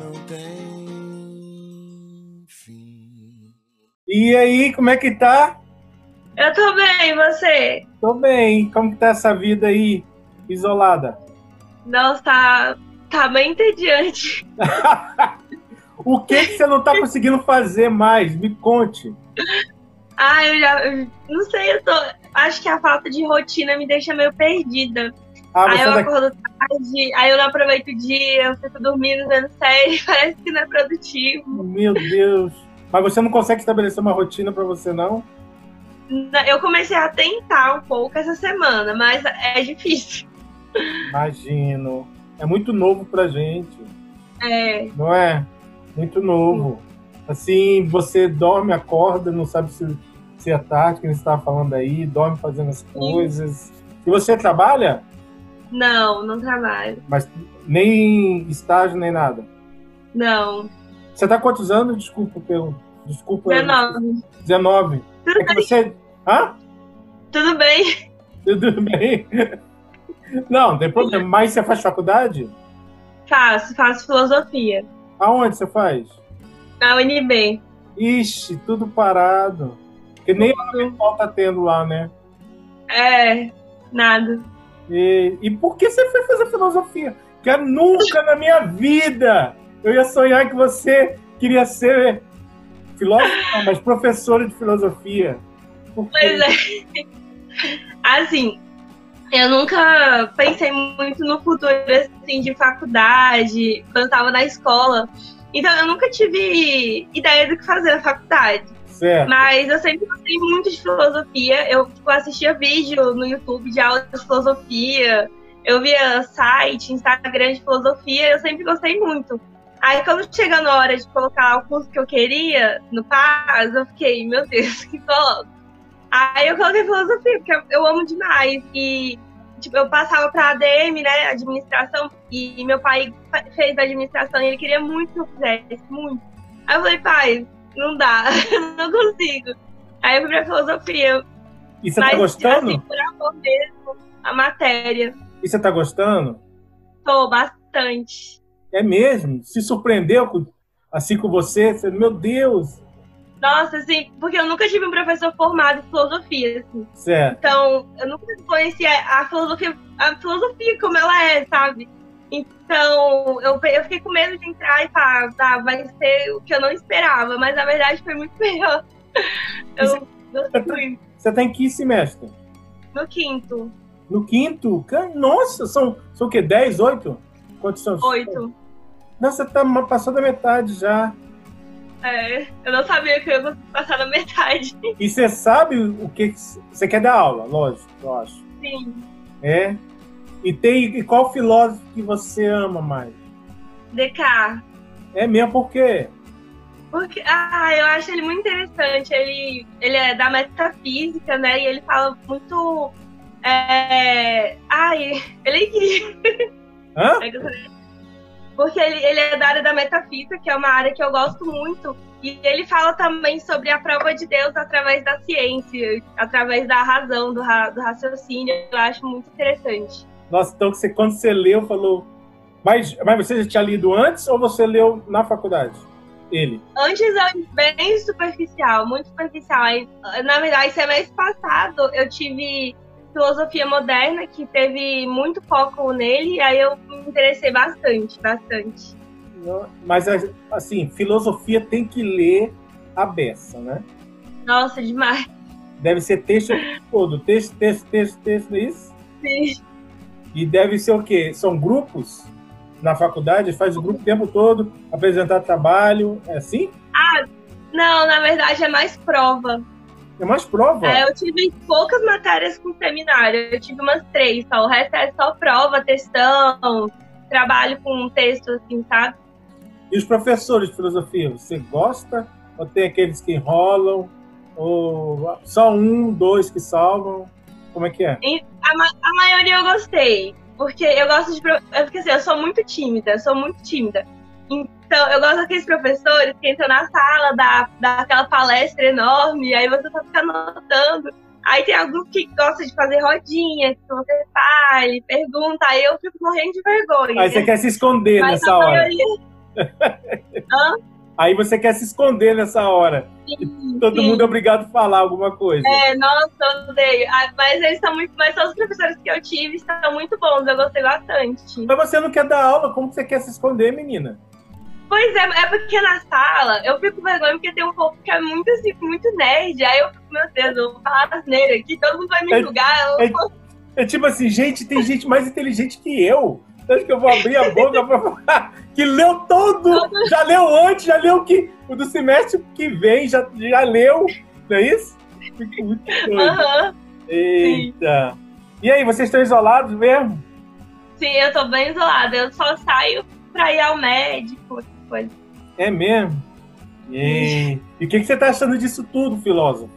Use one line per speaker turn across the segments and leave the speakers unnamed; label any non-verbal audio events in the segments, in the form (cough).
não tem fim.
E aí, como é que tá?
Eu tô bem, e você?
Tô bem. Como que tá essa vida aí, isolada?
Nossa, tá, tá bem entediante.
O que, que você não tá conseguindo fazer mais? Me conte.
Ah, eu já. eu Não sei, eu tô. Acho que a falta de rotina me deixa meio perdida.
Ah,
aí
você
eu
tá...
acordo tarde, aí eu não aproveito o dia, eu fico dormindo, vendo série, (laughs) parece que não é produtivo.
Meu Deus. Mas você não consegue estabelecer uma rotina pra você, não?
Na- Eu comecei a tentar um pouco essa semana, mas é difícil.
Imagino. É muito novo pra gente,
É,
não é? Muito novo. Assim, você dorme, acorda, não sabe se, se é tarde, que você estava falando aí, dorme fazendo as coisas. E você trabalha?
não, não trabalho.
Mas nem estágio, nem nada.
Não.
Você tá quantos anos? Desculpa pelo. Desculpa.
19.
19. É que você. Hã?
Tudo bem?
Tudo bem? (laughs) Não, não tem problema. Mas você faz faculdade?
Faço, faço filosofia.
Aonde você faz?
Na UNB.
Ixi, tudo parado. Porque nem a pessoal tá tendo lá, né?
É, nada.
E, e por que você foi fazer filosofia? Que é nunca na minha vida eu ia sonhar que você queria ser filósofo, não, mas professora de filosofia. Por quê?
Pois é. Assim, eu nunca pensei muito no futuro assim, de faculdade, quando eu tava na escola. Então, eu nunca tive ideia do que fazer na faculdade.
Certo.
Mas eu sempre gostei muito de filosofia. Eu tipo, assistia vídeo no YouTube de aula de filosofia. Eu via site, Instagram de filosofia. Eu sempre gostei muito. Aí, quando chegou na hora de colocar lá o curso que eu queria no PAS, eu fiquei, meu Deus, (laughs) que coloco. Aí eu coloquei filosofia, porque eu- eu amo demais. E, tipo, eu passava pra ADM, né, administração, e meu pai fa- fez administração e ele queria muito que eu fizesse, muito. Aí eu falei, pai, não dá, (laughs) não consigo. Aí eu fui pra filosofia.
E você tá gostando?
assim, por amor mesmo, a matéria.
E você tá gostando?
Tô bastante.
É mesmo? Se surpreendeu com- assim com você? Você, Meu Deus!
Nossa, assim, porque eu nunca tive um professor formado em filosofia, assim.
Certo.
Então, eu nunca conheci a, a filosofia, a filosofia como ela é, sabe? Então, eu, pe- eu fiquei com medo de entrar e falar, ah, vai ser o que eu não esperava, mas na verdade foi muito (laughs) melhor. Eu
é
gostei muito.
Você tá em que semestre?
No quinto,
No quinto? Ca- Nossa, são, são o quê? Dez, oito? Quantos são?
oito.
Nossa, tá, ma- passou da metade já.
É, eu não sabia que eu ia passar na metade.
E você sabe o que... que c- Você quer dar aula, lógico, eu acho.
Sim,
É? E, tem, e qual filósofo que você ama mais?
DK.
É mesmo, por quê?
Porque, ah, eu acho ele muito interessante. Ele, ele é da metafísica, né? E ele fala muito. É, ai, ele é incrível. É
Hã?
Porque ele, ele é da área da metafísica, que é uma área que eu gosto muito. E ele fala também sobre a prova de Deus através da ciência, através da razão, do, ra- do raciocínio. Eu acho muito interessante.
Nossa, então você, quando você leu, falou... Mas, mas você já tinha lido antes ou você leu na faculdade? Ele.
Antes eu era bem superficial, muito superficial. Aí, na verdade, semestre passado eu tive filosofia moderna, que teve muito foco nele, e aí eu me interessei bastante, bastante.
Mas, assim, filosofia tem que ler a beça, né?
Nossa, demais. (laughs)
Deve ser texto todo, texto, texto, texto, texto, não é isso?
Sim.
E deve ser o quê? São grupos na faculdade, faz o grupo o tempo todo, apresentar trabalho, é assim?
Não, na verdade é mais prova.
É mais prova.
É, eu tive poucas matérias com seminário, eu tive umas três só. O resto é só prova, textão, trabalho com texto, assim, sabe?
E os professores de filosofia, você gosta? Ou tem aqueles que enrolam? Ou só um, dois que salvam? Como é que é?
A maioria eu gostei, porque eu gosto de. pro- é Porque assim, eu sou muito tímida, eu sou muito tímida. Então, eu gosto daqueles professores que entram na sala, dá, dá aquela palestra enorme, aí você só fica anotando. Aí tem algum que gosta de fazer rodinha, que você fale, pergunta, aí eu fico morrendo de vergonha.
Aí você quer se esconder
É. Mas
nessa
a
hora.
maioria- Hã?
Aí você quer se esconder nessa hora.
Sim,
Todo
sim.
mundo é obrigado a falar alguma coisa.
É, nossa, eu odeio. Ah, Mas eles são muito. Mas todos os professores que eu tive são muito bons, eu gostei bastante.
Mas você não quer dar aula, como que você quer se esconder, menina?
Pois é, é porque na sala eu fico com vergonha porque tem um povo que é muito assim, muito nerd. Aí eu fico, meu Deus, eu vou falar asneira aqui, todo mundo vai
É-
me julgar. Eu-
é- É tipo assim, gente, tem gente mais inteligente que eu. Você acha que eu vou abrir a boca pra falar que leu todo? Já leu antes, já leu o que o do semestre que vem, já, já leu. Não é isso? Fico muito doido.
Aham.
Eita. E aí, vocês estão isolados mesmo?
Sim, eu tô bem isolada. Eu só saio pra ir ao médico. essas coisas.
É mesmo? E, e o que, que você tá achando disso tudo, filósofo?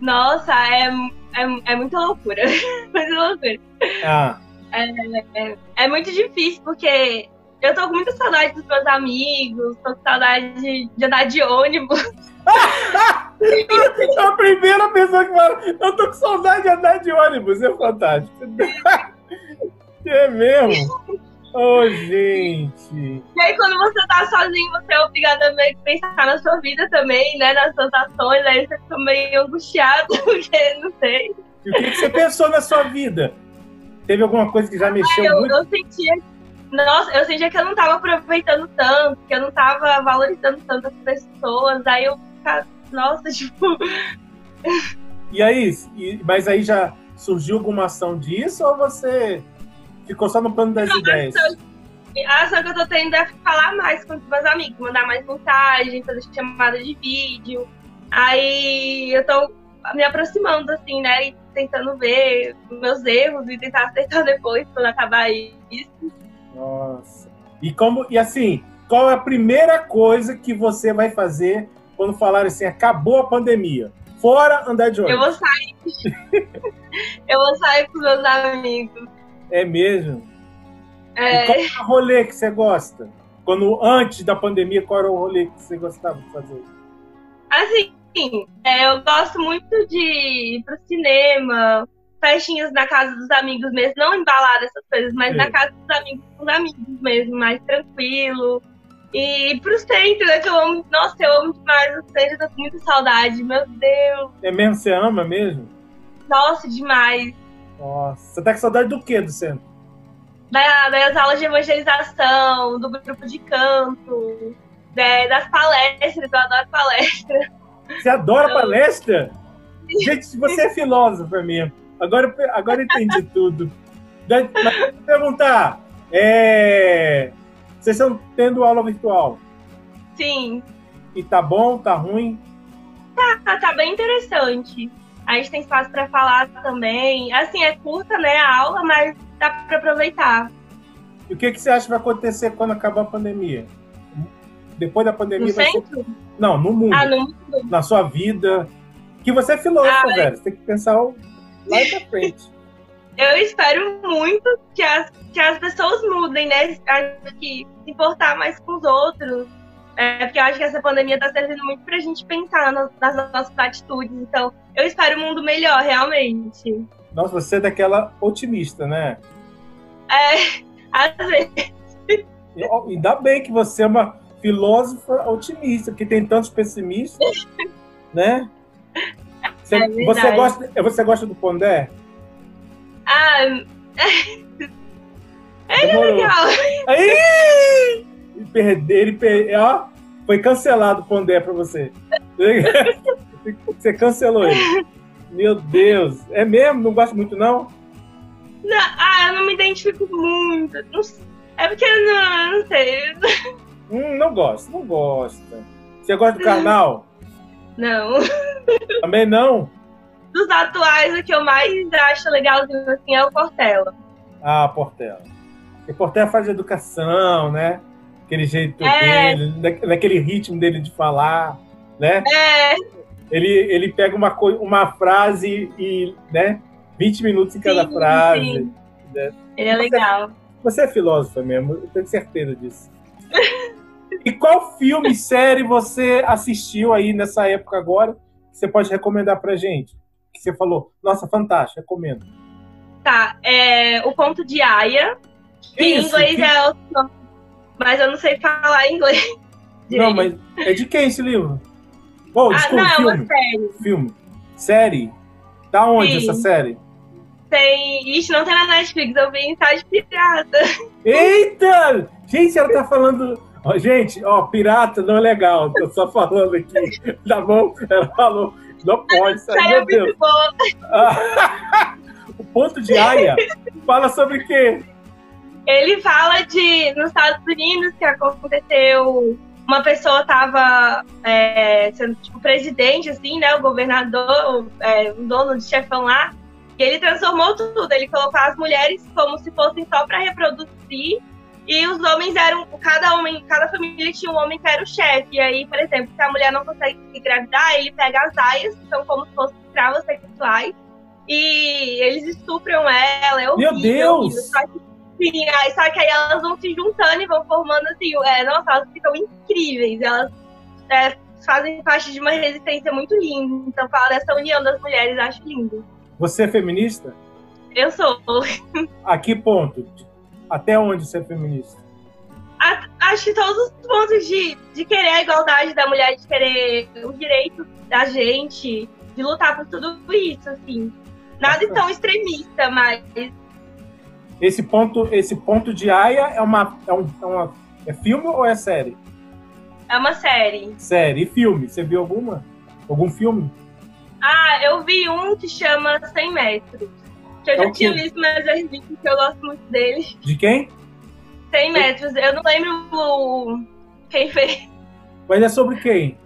Nossa, é, é, é muita loucura. (laughs) muita loucura.
Ah,
É muito difícil, porque eu tô com muita saudade dos meus amigos, tô com saudade de, de andar de ônibus.
(laughs) é a primeira pessoa que fala, eu tô com saudade de andar de ônibus, é fantástico. (laughs) É mesmo? Ô, gente.
E aí, quando você tá sozinho, você é obrigado a meio que pensar na sua vida também, né? Nas suas ações, aí você fica meio angustiado, (laughs) porque não sei.
E o que, que você pensou na sua vida? Teve alguma coisa que já mexeu
Eu,
muito?
eu sentia. Nossa, eu sentia que eu não tava aproveitando tanto, que eu não tava valorizando tanto as pessoas. Aí eu ficava, nossa, (laughs) tipo,
E aí, e- mas aí já surgiu alguma ação disso ou você ficou só no plano das ideias?
A ação que eu tô tendo é falar mais com os meus amigos, mandar mais mensagem, fazer chamada de vídeo. Aí eu tô me aproximando, assim, né? E tentando ver meus erros e tentar acertar (laughs) depois quando acabar isso.
Nossa. E como e assim, qual é a primeira coisa que você vai fazer quando falar assim, acabou a pandemia? Fora andar de
Eu
ônibus.
vou sair. eu vou sair com os meus amigos.
É mesmo. E
É,
qual é o rolê que você gosta? Quando antes da pandemia, qual era o rolê que você gostava de fazer?
assim, é, eu gosto muito de ir pro cinema, festinhas na casa dos amigos mesmo, não embalada essas coisas, mas
Sim.
na casa dos amigos, com os amigos mesmo, mais tranquilo. E ir pro centro, né, que eu amo, nossa, eu amo demais o centro, eu tô com muita saudade, meu Deus,
É mesmo? Você ama mesmo?
nossa, demais.
Nossa. Você tá com saudade do quê do centro?
Da- das aulas de evangelização, do grupo de canto, da- das palestras, eu adoro palestras. (laughs)
Você adora
Eu- (laughs)
palestra? Gente, você é filósofa mesmo. Agora, eu- agora eu entendi (laughs) tudo. Da- Mas deixa eu perguntar. é, Vocês estão tendo aula virtual?
Sim,
E tá bom, tá ruim?
tá, tá bem interessante. A gente tem espaço pra falar também. Assim, é curta, né, a aula, mas dá pra aproveitar.
E o que, que você acha que vai acontecer quando acabar a pandemia? Depois da pandemia
No
vai ser-
centro?
Não, no mundo,
Ah, no mundo.
na sua vida. Que você é filósofa,
Ah,
velho. Você tem que pensar o- lá pra frente.
Eu espero muito que as, que as pessoas mudem, né? Acho que se importar mais com os outros. É, porque eu acho que essa pandemia tá servindo muito pra gente pensar nas, nas nossas atitudes. Então, eu espero um mundo melhor, realmente.
Nossa, você é daquela otimista, né?
É, (laughs) às vezes.
E, ó, Ainda bem que você é uma filósofa otimista, porque tem tantos pessimistas,
(laughs)
né? Você,
É verdade.
você gosta, você gosta do Pondé?
Ah,
Demorou.
É, legal.
Aí! E perde- Ele per- ó, foi cancelado o Pondé pra você. (laughs) Você cancelou ele. Meu Deus. É mesmo? Não gosta muito, não?
Não, (laughs) ah, eu não me identifico muito. Não sei. É porque eu não, não sei.
Hum, não gosta, não gosta. Você gosta do
(laughs)
Carnal?
Não. (laughs)
Também não?
Dos atuais, o que eu mais acho legalzinho assim, é o Portela.
Ah, Portela. Porque Portela faz educação, né? Aquele jeito
É.
dele, na- naquele ritmo dele de falar, né?
É,
Ele, ele pega uma, coi- uma frase e, né? 20 minutos em cada
Sim,
frase.
sim.
né?
ele é legal.
Você é filósofa mesmo, eu tenho certeza disso. (laughs) e qual filme, série você assistiu aí nessa época agora que você pode recomendar pra gente? Que você falou, nossa, fantástico, recomendo.
Tá, é o conto de Aya, que em
Isso,
inglês
que-
é o mas eu não sei falar inglês.
(laughs) Não, mas é de quem esse livro? Oh,
Ah,
desculpa,
não, é uma
filme.
série.
Filme. Série? Da onde
Sim.
essa série?
é, Tem. Ixi, não tem na Netflix, eu vi em site pirata.
Eita! Gente, ela tá falando. Ó, gente, ó, pirata não é legal. Tô só falando aqui. (laughs) Tá bom? Ela falou. Não pode,
(laughs)
sabe?
Saiu
Meu Deus.
muito boa.
o ponto de aia fala sobre o quê?
Ele fala de nos Estados Unidos que aconteceu. Uma pessoa tava é, sendo tipo presidente, assim, né? O governador, o, é, o dono de chefão lá. E ele transformou tudo. Ele colocou as mulheres como se fossem só para reproduzir. E os homens eram. Cada homem, cada família tinha um homem que era o chefe. E aí, por exemplo, se a mulher não consegue engravidar, ele pega as aias, que são como se fossem escravas sexuais. E eles estupram ela. É horrível,
Deus!
horrível. Só que, sim, aí- só que aí elas vão se juntando e vão formando assim. É, nossa, elas ficam incríveis. Elas é, fazem parte de uma resistência muito linda. Então, fala dessa união das mulheres, acho lindo.
Você é feminista?
Eu sou. (laughs)
A que ponto? Até onde você é feminista?
A- acho que todos os pontos de, de querer a igualdade da mulher, de querer o direito da gente, de lutar por tudo isso, assim. Nada tão extremista, mas
Esse ponto, esse ponto de aia é uma, é, um, é, uma- é filme ou é série?
é uma série.
Série. E filme? Você viu alguma? Algum filme?
Ah, eu vi um que chama 100 metros. Que eu
É
já
o
tinha
quê?
visto, mas eu revi porque eu gosto muito dele.
De quem?
100 metros. Eu não lembro o- quem fez.
Mas é sobre quem?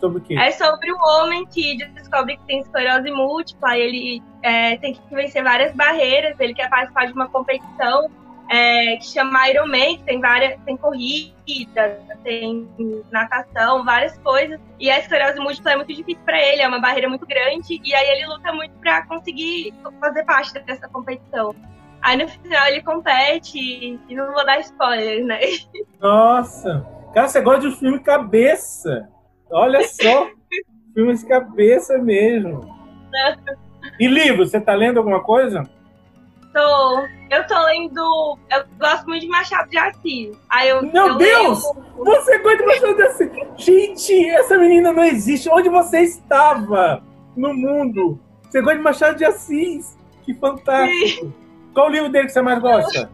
Sobre o quê?
É sobre um homem que descobre que tem esclerose múltipla e ele é, tem que vencer várias barreiras. Ele quer participar de uma competição é, que chama Iron Man, que tem várias, tem corrida, tem natação, várias coisas. E a esclerose múltipla é muito difícil para ele, é uma barreira muito grande. E aí ele luta muito para conseguir fazer parte dessa competição. Aí no final ele compete, e e não vou dar spoiler, né?
Nossa! Cara, você gosta de um filme cabeça. Olha
(laughs)
só! Filmes cabeça mesmo. E livro, você tá lendo alguma coisa?
Tô, eu tô lendo. Eu gosto muito de Machado de Assis. Aí eu,
Meu
eu
Deus!
leio-
Você gosta de Machado de Assis? Gente, essa menina não existe. Onde você estava no mundo? Você gosta de Machado de Assis? Que fantástico! Qual o livro dele que você mais gosta?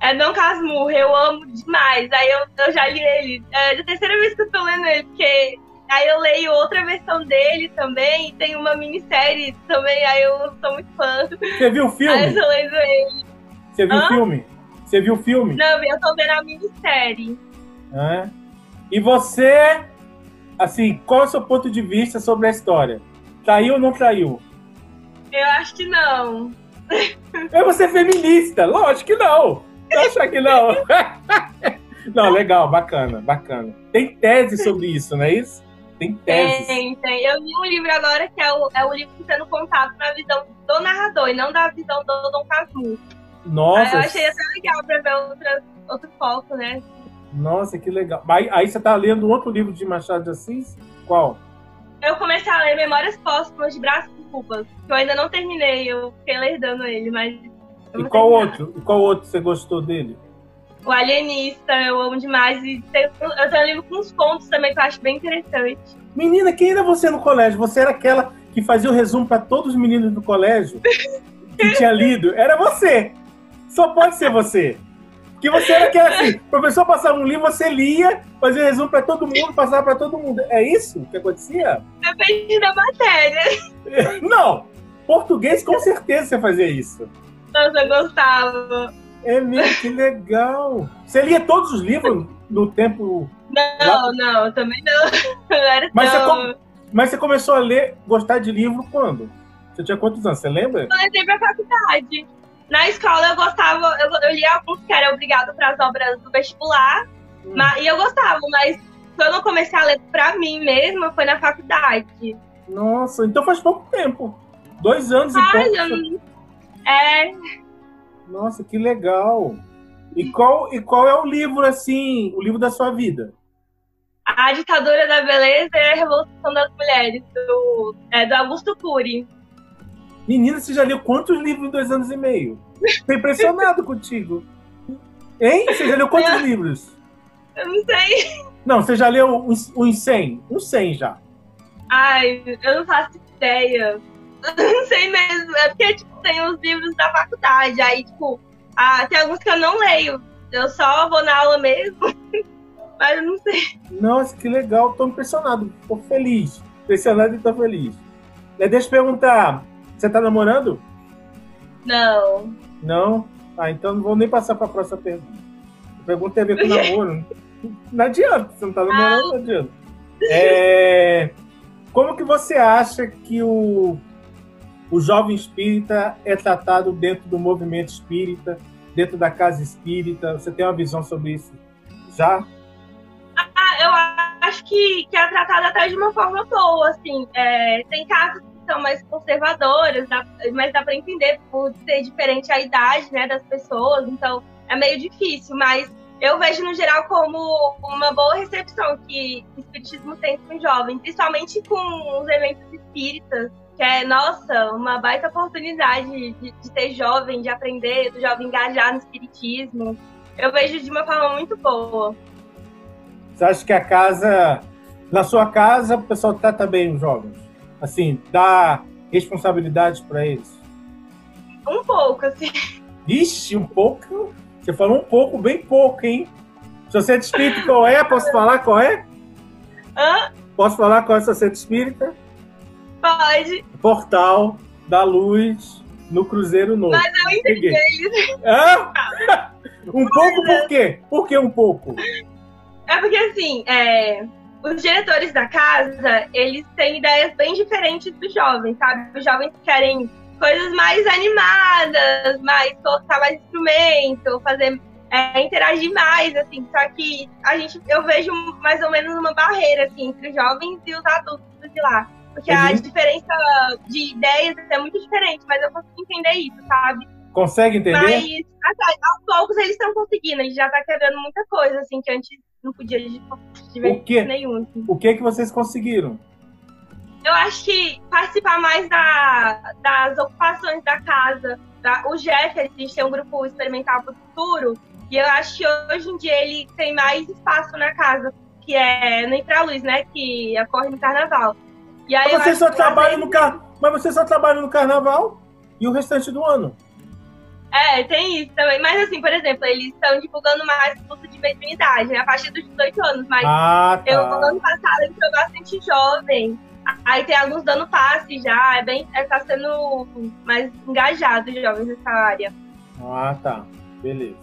é Dom Casmurro, eu amo demais. Aí eu, eu já li ele. É a terceira vez que eu tô lendo ele, porque. Aí eu leio outra versão dele também, e tem uma minissérie também, aí eu sou muito fã. (laughs)
Você viu o
Aí eu
filme?
tô lendo ele.
Você viu o
Hã?
filme? Você viu o filme?
Não, eu tô vendo a minissérie.
né? E você, assim, qual é o seu ponto de vista sobre a história? Traiu ou não traiu?
Eu acho que não.
Eu vou ser feminista, lógico que não. Eu acho que não. (laughs) Não, legal, bacana, bacana. Tem tese sobre isso, não é isso? Tem tese.
Tem, tem. Eu li um livro agora que é o, é o livro sendo contado na visão do narrador e não da visão do Dom Casmurro. Aí Ah, eu
Nossa,
achei até legal pra ver outra, outro foco, né?
nossa, que legal. Aí, aí você tá lendo outro livro de Machado de Assis? Qual?
Eu comecei a ler Memórias Póstumas de Brás Cubas, que eu ainda não terminei, eu fiquei lerdando ele, mas. eu
E
vou
qual
terminar.
outro? E qual outro você gostou dele?
O Alienista, eu amo demais. E tem- eu tenho um livro com uns pontos também que eu acho bem interessante.
Menina, quem era você no colégio? Você era aquela que fazia o resumo para todos os meninos do colégio que tinha lido. Era você. Só pode ser você. Porque você era aquela assim, o professor passava um livro, você lia, fazia o resumo para todo mundo, passava para todo mundo. É isso que acontecia?
Depende da matéria. (laughs)
Não. Português, com certeza você fazia isso.
Nossa, eu gostava.
É mesmo, que legal. Você lia todos os livros no tempo...
Não, não, (laughs) também não. Eu era
Mas você
tão-
com- Mas você começou a ler, gostar de livro quando? Você tinha quantos anos? Você lembra?
eu entrei pra faculdade. Na escola eu gostava, eu, eu lia alguns que era obrigado para as obras do vestibular,
Hum.
ma- e eu gostava, mas quando eu comecei a ler pra mim mesma foi na faculdade.
Nossa, então faz pouco tempo. Dois anos e
Ai,
pouco.
eu não- É,
Nossa, que legal. E qual, e qual é o livro, assim, o livro da sua vida?
a ditadura da beleza e a revolução das mulheres, do, é, do Augusto Cury.
Menina, você já leu quantos livros em dois (laughs) anos e meio? Tô impressionado contigo. Hein? Você já leu quantos livros?
Eu não sei.
Não, você já leu uns, uns 100? Uns 100 já.
Ai, eu não faço ideia. (laughs) Eu não sei mesmo. É porque, tipo, tem os livros da faculdade. Aí, tipo, ah, tem alguns que eu não leio. Eu só vou na aula mesmo. (laughs) Mas eu não sei.
Nossa, que legal. Tô impressionado. Tô feliz. Impressionado e tô feliz. É, Deixa eu perguntar. Você tá namorando?
Não.
Não? Ah, então não vou nem passar pra próxima pergunta. A pergunta tem a ver com namoro. Não adianta. Você não tá namorando, não adianta. É... Como que você acha que o, o jovem espírita é tratado dentro do movimento espírita, dentro da casa espírita? Você tem uma visão sobre isso já?
Ah, eu acho que, que é tratado até de uma forma boa, assim. É, tem casos que são mais conservadores, dá- mas dá para entender por ser diferente a idade né, das pessoas, então é meio difícil, mas eu vejo no geral como uma boa recepção que o espiritismo tem com o jovem, principalmente com os eventos espíritas, que é, nossa, uma baita oportunidade de, de ser jovem, de aprender, do jovem engajar no espiritismo. Eu vejo de uma forma muito boa.
Você acha que a casa, na sua casa, o pessoal trata bem os jovens? Assim, dá responsabilidades para eles?
Um pouco, assim.
Vixe, um pouco? Você falou um pouco, bem pouco, hein? Sociedade espírita qual é? Posso falar qual é?
Hã?
Posso falar qual é a sociedade espírita?
Pode.
Portal da Luz no Cruzeiro Novo.
Mas é eu entendi.
Hã? (laughs) Um pouco por quê? Por que um pouco?
É porque, assim, é, os diretores da casa, eles têm ideias bem diferentes dos jovens, sabe? Os jovens querem coisas mais animadas, mais colocar mais instrumento, fazer é, interagir mais, assim. Só que a gente, eu vejo mais ou menos uma barreira, assim, entre os jovens e os adultos de lá. Porque a
Uhum.
diferença de ideias é muito diferente, mas eu consigo entender isso, sabe?
Consegue entender?
Mas assim, aos poucos eles estão conseguindo, a gente já tá querendo muita coisa, assim, que antes não podia de de
O
jeito
quê?
nenhum. assim.
O que que vocês conseguiram?
Eu acho que participar mais da- das ocupações da casa, da, o Jeff, a gente tem um grupo experimental pro futuro, e eu acho que hoje em dia ele tem mais espaço na casa, que é no Infraluz, né, que ocorre no carnaval. E aí
Mas
eu
vocês
acho
só
que-
trabalham no car... Mas vocês só trabalham no carnaval e o restante do ano.
É, tem isso também. Mas assim, por exemplo, eles estão divulgando mais curso de mediunidade, né, a partir dos 18 anos, mas
Ah,
Eu, no
tá.
ano passado, ele foi bastante jovem. Aí tem alguns dando passe já. É bem, é, tá sendo mais engajado os jovens nessa área.
Ah, tá. Beleza.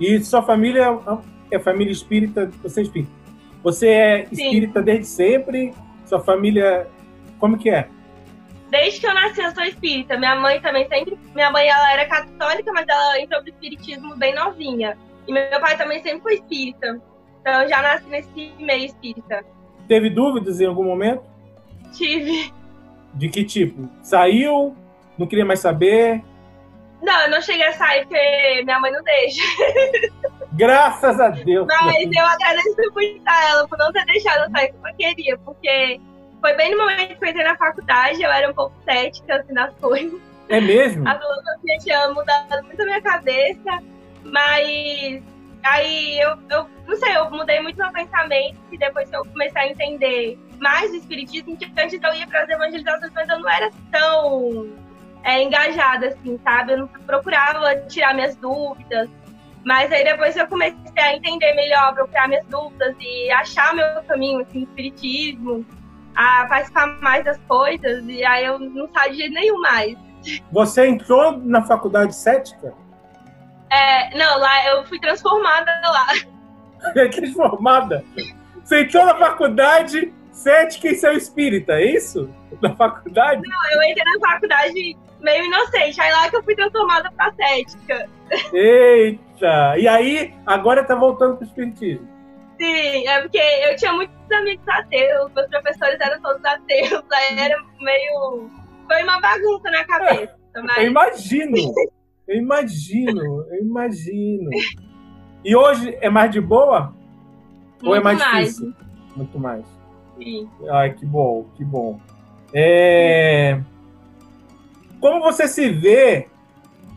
E sua família é- é família espírita? Você é espírita? Você é espírita desde sempre? Sua família. Como que é?
Desde que eu nasci, eu sou espírita. Minha mãe também sempre. Minha mãe ela era católica, mas ela entrou pro espiritismo bem novinha. E meu pai também sempre foi espírita. Então eu já nasci nesse meio espírita.
Teve dúvidas em algum momento?
Tive.
De que tipo? Saiu? Não queria mais saber?
Não, eu não cheguei a sair porque minha mãe não deixa.
Graças a Deus.
Mas eu agradeço muito a ela por não ter deixado eu sair como eu queria, porque foi bem no momento que eu entrei na faculdade, eu era um pouco cética assim, das coisas.
É mesmo?
A filosofia tinha mudado muito a minha cabeça, mas aí eu, eu não sei, eu mudei muito meu pensamento e depois que eu comecei a entender mais o espiritismo, que antes eu ia para as evangelizações, mas eu não era tão é, engajada, assim, sabe? Eu não procurava tirar minhas dúvidas. Mas aí depois eu comecei a entender melhor, procurar minhas dúvidas e achar meu caminho, assim, no espiritismo, a participar mais das coisas, e aí eu não saio de jeito nenhum mais.
Você entrou na faculdade cética? (laughs)
É, não, lá eu fui transformada lá.
Transformada? Você entrou na faculdade cética e seu espírita, é isso? Na faculdade?
Eu entrei na faculdade meio inocente, aí lá que eu fui transformada pra cética.
Eita! E aí, agora tá voltando pro espiritismo.
Sim, é porque eu tinha muitos amigos ateus, meus professores eram todos ateus, aí era meio. Foi uma bagunça na cabeça.
Eu
Mas
imagino! Eu imagino, eu imagino. E hoje é mais de boa? ou é
muito
mais,
mais,
difícil? Muito mais.
sim.
Ai, que bom, que bom. É, Como você se vê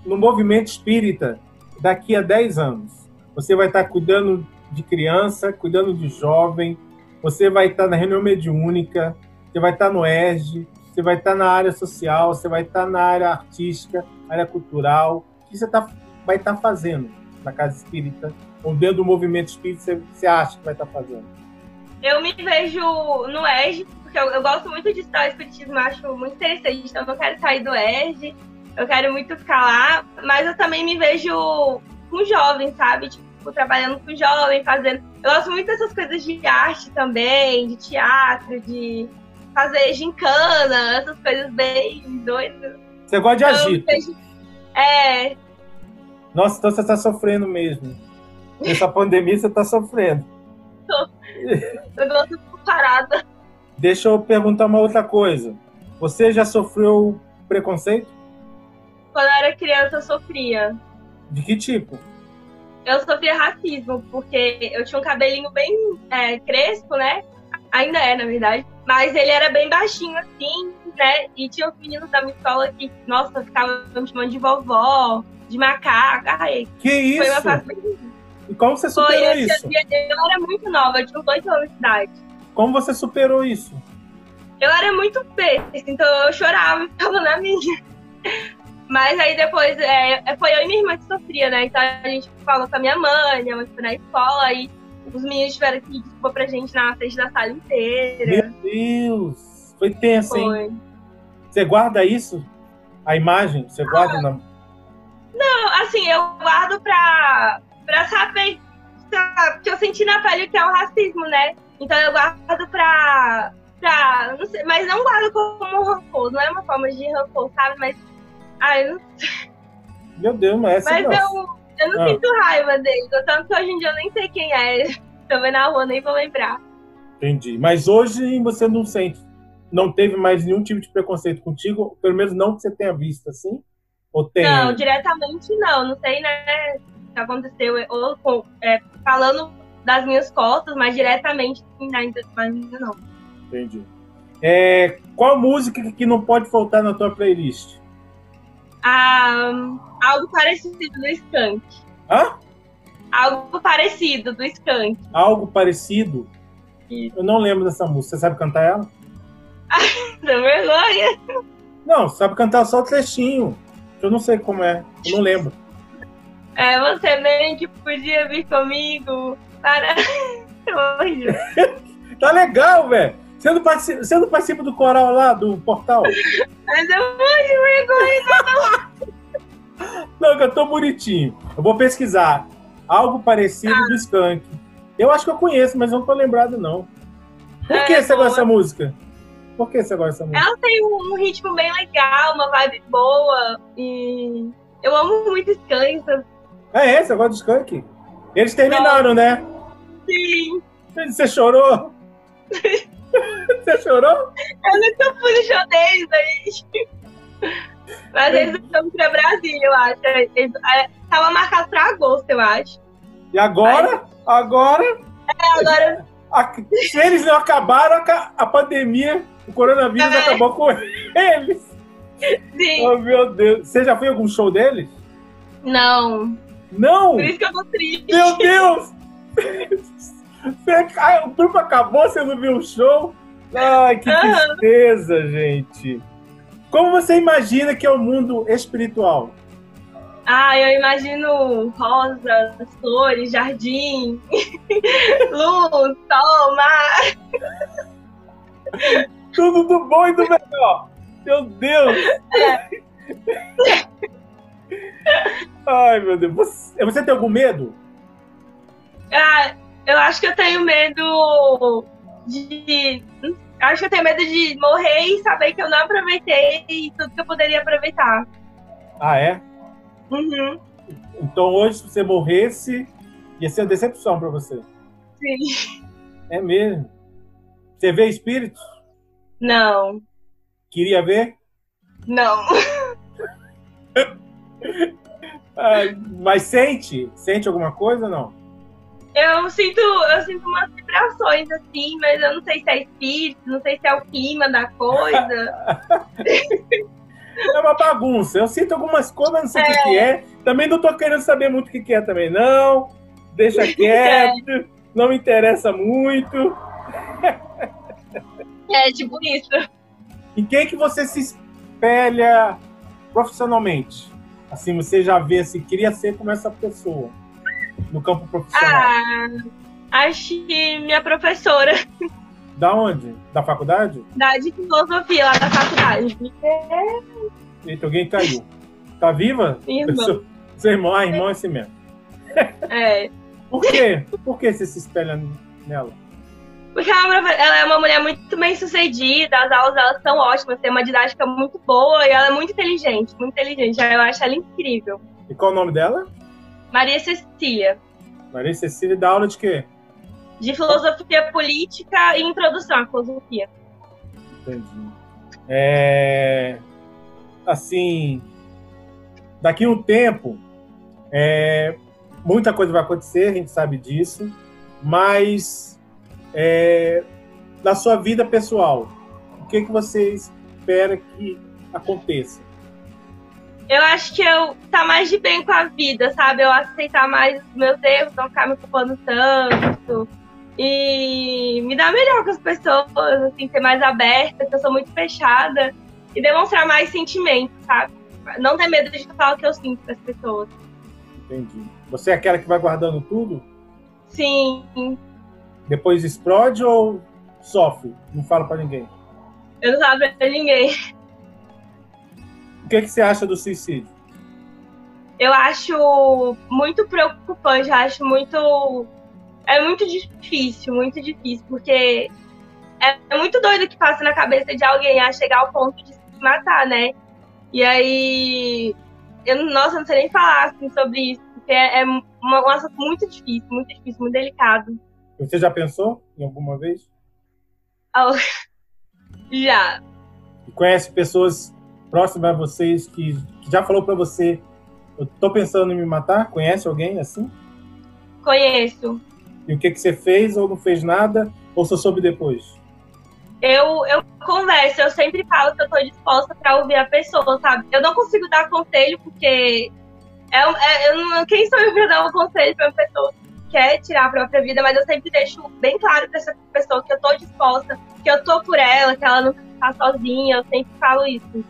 no movimento espírita daqui a 10 anos? Você vai estar cuidando de criança, cuidando de jovem, você vai estar na reunião mediúnica, você vai estar no ERG, você vai estar na área social, você vai estar na área artística, área cultural. O que você tá, vai estar fazendo na casa espírita? Ou dentro do movimento espírita, você, você acha que vai estar fazendo?
Eu me vejo no ERG, porque eu, eu gosto muito de estudar o espiritismo, eu acho muito interessante, então eu não quero sair do ERG, eu quero muito ficar lá, mas eu também me vejo com jovens, sabe? Tipo, trabalhando com jovem, fazendo. Eu gosto muito dessas coisas de arte também, de teatro, de fazer gincana, essas coisas bem doidas. então
Você gosta de agito?
Vejo... É.
Nossa, então você tá sofrendo mesmo. Nessa pandemia você tá sofrendo.
Tô. Eu tô tudo parada.
Deixa eu perguntar uma outra coisa. Você já sofreu preconceito?
Quando eu era criança, eu sofria.
De que tipo?
Eu sofria racismo, porque eu tinha um cabelinho bem é, crespo, né? Ainda é, na verdade. Mas ele era bem baixinho, assim, né? E tinha os meninos da minha escola que, nossa, ficavam me chamando de vovó, de macaco. Ai,
que isso?
Foi uma fase bem...
E como você superou
Foi, assim, eu,
isso?
tinha- eu era muito nova, eu tinha uns 8 anos de idade.
Como você superou isso?
Eu era muito besta, então eu chorava e ficava na minha. Mas aí depois, é, foi eu e minha irmã que sofria, né? Então a gente falou com a minha mãe, minha mãe foi na escola, aí os meninos tiveram que pedir desculpa pra gente na frente da sala inteira.
Meu Deus! Foi tenso, hein?
É. Foi.
Você guarda isso? A imagem? Você guarda? na-
Então, assim, eu guardo pra, pra saber, tá? porque eu senti na pele o que é o racismo, né? Então eu guardo pra. pra não sei, mas não guardo como rancor, não é uma forma de rancor, sabe? Mas. Ah, eu não
Meu Deus, mas essa
Mas
não.
eu, eu não
Ah.
sinto raiva deles. Tanto que hoje em dia eu nem sei quem é. (laughs) Também na rua, nem vou lembrar.
Entendi. Mas hoje você não sente, não teve mais nenhum tipo de preconceito contigo, pelo menos não que você tenha visto, assim? Ou tem?
Não, diretamente não. Não sei, né? O que aconteceu. Ou, com- é, falando das minhas costas, mas diretamente assim, ainda, ainda não.
Entendi. É, qual música que não pode faltar na tua playlist?
Ah, algo parecido do Skank.
Hã?
Algo parecido do Skank. (laughs)
Algo parecido?
Isso.
Eu não lembro dessa música. Você sabe cantar ela?
Dá vergonha.
Não, sabe cantar só o trechinho. Eu não sei como é. Eu não lembro.
É, você nem que podia vir comigo. Para. (laughs) Hoje.
Tá legal, velho. Você, não partici- você não participa do coral lá, do portal?
Mas eu morro de vergonha.
Não, que eu tô bonitinho. Eu vou pesquisar. Algo parecido do Skank. Eu acho que eu conheço, mas não tô lembrado, não. Por que
É,
você
boa.
gosta dessa música? Por que você gosta dessa música?
Ela tem um, um ritmo bem legal, uma vibe boa. E eu amo muito Skank.
Ah, é? Você gosta do Skank? Eles terminaram, né?
Sim,
Você chorou? você chorou?
eu nunca fui no show deles, gente. Mas (laughs) eles estão pra Brasília, eu acho. Eles, é, tava marcado pra agosto, eu acho.
E agora? Agora?
É, agora,
a- Se eles não acabaram, aca- a pandemia, o coronavírus
É.
acabou com eles.
sim.
Oh, meu Deus. Você já foi a algum show deles?
Não.
Não!
Por isso que eu tô triste.
Meu Deus! Você- ah, o grupo acabou, você não viu o show? Ai, que
Aham.
tristeza, gente. Como você imagina que é o mundo espiritual?
Ah, eu imagino rosas, flores, jardim, (laughs) luz, sol, mar.
Tudo do bom e do melhor. Meu Deus! Ai, meu Deus. Você, você tem algum medo?
Ah, eu acho que eu tenho medo de. Acho que eu tenho medo de morrer e saber que eu não aproveitei e tudo que eu poderia aproveitar.
Ah, é?
Uhum,
Então hoje, se você morresse, ia ser uma decepção pra você.
sim.
É mesmo. Você vê espíritos?
Não,
Queria ver?
não.
Ah, mas sente? Sente alguma coisa ou não?
Eu sinto, eu sinto umas vibrações assim, mas eu não sei se é espírito, não sei se é o clima da coisa.
É uma bagunça. Eu sinto algumas coisas, mas não sei o que, que é. Também não tô querendo saber muito o que, que é também, não. deixa quieto, não me interessa muito.
(laughs) É, tipo isso.
Em quem que você se espelha profissionalmente? Assim, você já vê assim, queria ser como essa pessoa no campo profissional.
Ah, acho que minha professora
Da onde? Da faculdade?
da de filosofia lá da faculdade.
Eita, alguém caiu. Tá viva?
Minha irmã.
Seu, seu irmão, ah, irmão é assim mesmo.
É.
Por quê? Por que você se espelha nela?
Porque ela, é uma profe- ela é uma mulher muito bem sucedida, as aulas dela são ótimas, tem uma didática muito boa e ela é muito inteligente, muito inteligente. Eu acho ela incrível.
E qual o nome dela?
Maria Cecília,
Maria Cecília dá aula de quê?
de filosofia política e introdução à filosofia.
Entendi. É, assim, daqui a um tempo, é, muita coisa vai acontecer, a gente sabe disso, mas é, na sua vida pessoal, o que, que você espera que aconteça?
Eu acho que eu tá mais de bem com a vida, sabe? Eu aceitar mais os meus erros, não ficar me culpando tanto. E me dar melhor com as pessoas, assim, ser mais aberta, que eu sou muito fechada. E demonstrar mais sentimento, sabe? Não ter medo de falar o que eu sinto pras pessoas.
Entendi. Você é aquela que vai guardando tudo?
Sim,
Depois explode ou sofre? Não fala pra ninguém.
eu não falo pra ninguém.
O que, que você acha do suicídio?
Eu acho muito preocupante, eu acho muito. É muito difícil, muito difícil, porque é, é muito doido o que passa na cabeça de alguém a chegar ao ponto de se matar, né? E aí. Eu, não- nossa, eu não sei nem falar assim, sobre isso, porque é, é uma, um assunto muito difícil, muito difícil, muito delicado.
Você já pensou em alguma vez?
Já.
e conhece pessoas próximas a vocês que, que já falou pra você, eu tô pensando em me matar? Conhece alguém assim?
Conheço.
E o que que você fez ou não fez nada ou só soube depois?
eu, eu converso, eu sempre falo que eu tô disposta pra ouvir a pessoa, sabe? Eu não consigo dar conselho porque é, um- é- eu não- quem sou eu pra dar um conselho pra uma pessoa que quer tirar a própria vida, mas eu sempre deixo bem claro pra essa pessoa que eu tô disposta, que eu tô por ela, que ela não tá sozinha, eu sempre falo isso.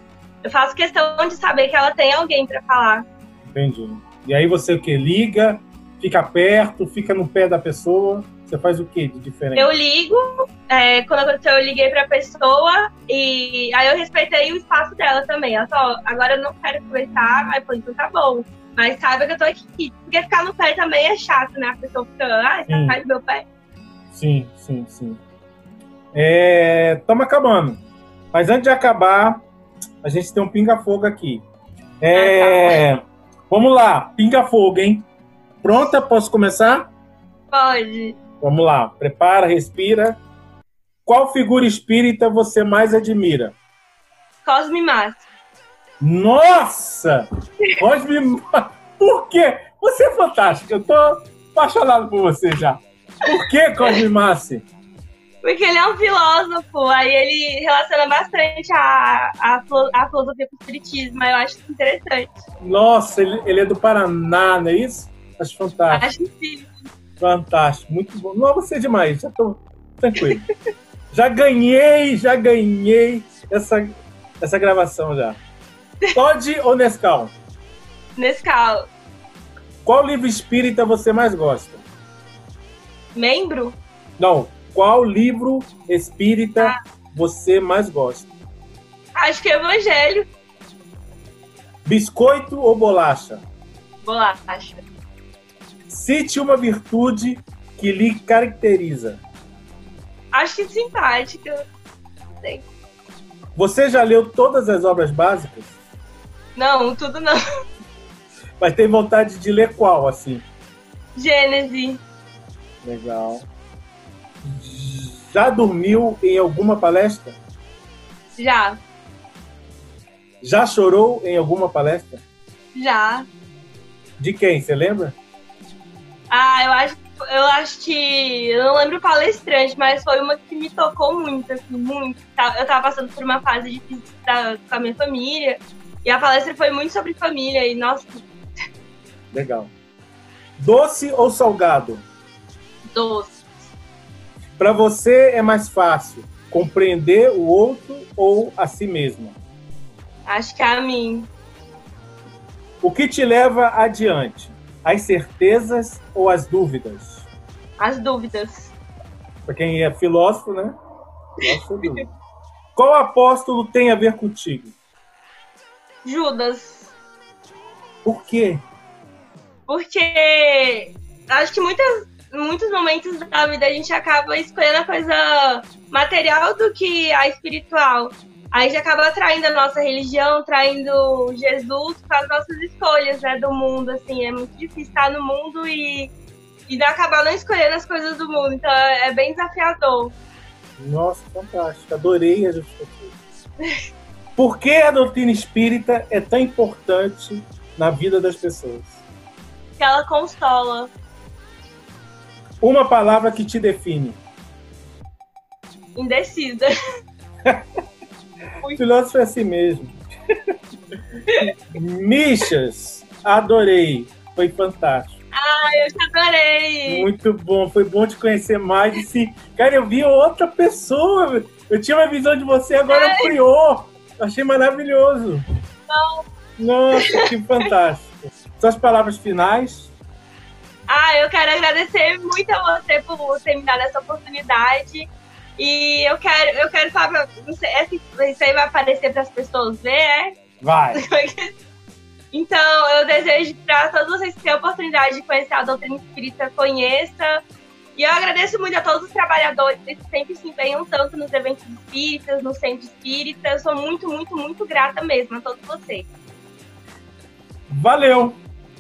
Eu faço questão de saber que ela tem alguém pra falar.
Entendi. E aí você o que? Liga, fica perto, fica no pé da pessoa. Você faz o que de diferente?
Eu ligo, é, quando aconteceu, eu liguei pra pessoa e aí eu respeitei o espaço dela também. Ela falou, "Ó, agora eu não quero conversar, aí eu falei, então tá bom. Mas saiba que eu tô aqui. Porque ficar no pé também é chato, né? A pessoa fica, ah, você
Sim.
sai do meu pé.
Sim, sim, sim. Estamos acabando. Mas antes de acabar, a gente tem um pinga-fogo aqui. É, Vamos lá, pinga-fogo, hein? Pronta? Posso começar?
Pode.
Vamos lá, prepara, respira. Qual figura espírita você mais admira?
Cosme Márcio.
Nossa! Cosme... Por quê? Você é fantástico, eu tô apaixonado por você já. Por que Cosme Massi?
Porque ele é um filósofo, aí ele relaciona bastante a, a, filo- a filosofia com o espiritismo, aí eu acho isso interessante.
Nossa, ele, ele é do Paraná, não é isso? Acho fantástico,
Acho incrível.
fantástico, muito bom. Não, você é demais, já tô tranquilo. Já ganhei, já ganhei essa, essa gravação já. Todd ou Nescau?
Nesse caso,
Qual livro espírita você mais gosta?
membro?
Não, qual livro espírita você mais gosta?
Acho que é evangelho.
Biscoito ou bolacha?
Bolacha.
Cite uma virtude que lhe caracteriza.
Acho que simpática.
Você já leu todas as obras básicas,
Não, tudo não. (laughs)
mas tem vontade de ler qual, assim?
Gênese.
Legal. Já dormiu em alguma palestra?
Já.
Já chorou em alguma palestra?
Já.
De quem? Você lembra?
Ah, eu acho, eu acho que. Eu não lembro o palestrante, mas foi uma que me tocou muito, assim, muito. Tá- Eu tava passando por uma fase difícil da- com a minha família. E a palestra foi muito sobre família. E, nossa,
Legal. Doce ou salgado?
Doce.
Para você é mais fácil compreender o outro ou a si mesmo?
Acho que é a mim.
O que te leva adiante? As certezas ou as dúvidas?
As dúvidas.
Para quem é filósofo, né? Filósofo é dúvida. Qual apóstolo tem a ver contigo?
Judas.
Por quê?
Porque acho que muitas, muitos momentos da vida a gente acaba escolhendo a coisa material do que a espiritual. Aí a gente acaba traindo a nossa religião, traindo Jesus com as nossas escolhas, né, do mundo, assim, é muito difícil estar no mundo e, e não acabar não escolhendo as coisas do mundo, então é bem desafiador.
Nossa, fantástico, adorei a justificativa. Por que a doutrina espírita é tão importante na vida das pessoas?
Que ela consola.
Uma palavra que te define.
Indecisa. (laughs)
O filósofo é assim mesmo. Michas, adorei. Foi fantástico.
Ai, eu te adorei.
Muito bom. Foi bom te conhecer mais. E se... Cara, eu vi outra pessoa. Eu tinha uma visão de você, agora Ai. ampliou. Achei maravilhoso.
Não.
Nossa, que fantástico. Suas palavras finais?
Ah, eu quero agradecer muito a você por você me dar essa oportunidade. E eu quero, eu quero falar pra você, é isso aí vai aparecer para as pessoas ver, é?
Vai.
Então, eu desejo para todos vocês que têm a oportunidade de conhecer a doutrina espírita, conheça. E eu agradeço muito a todos os trabalhadores que sempre se empenham tanto nos eventos espíritas, no centro espírita. Eu sou muito, muito, muito grata mesmo a todos vocês.
Valeu!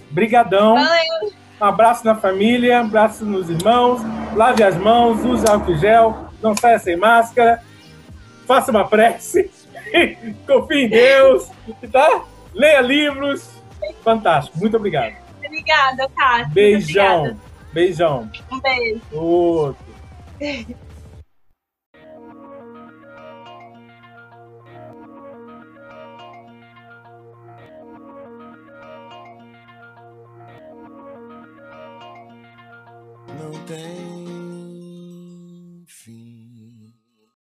Brigadão!
Valeu!
Um abraço na família, um abraço nos irmãos, lave as mãos, use álcool gel, não saia sem máscara, faça uma prece, (laughs) confie em Deus, tá? Leia livros. Fantástico, muito obrigado.
Obrigada, Cássio.
Beijão,
obrigada.
beijão.
Um beijo.
Outro. Não tem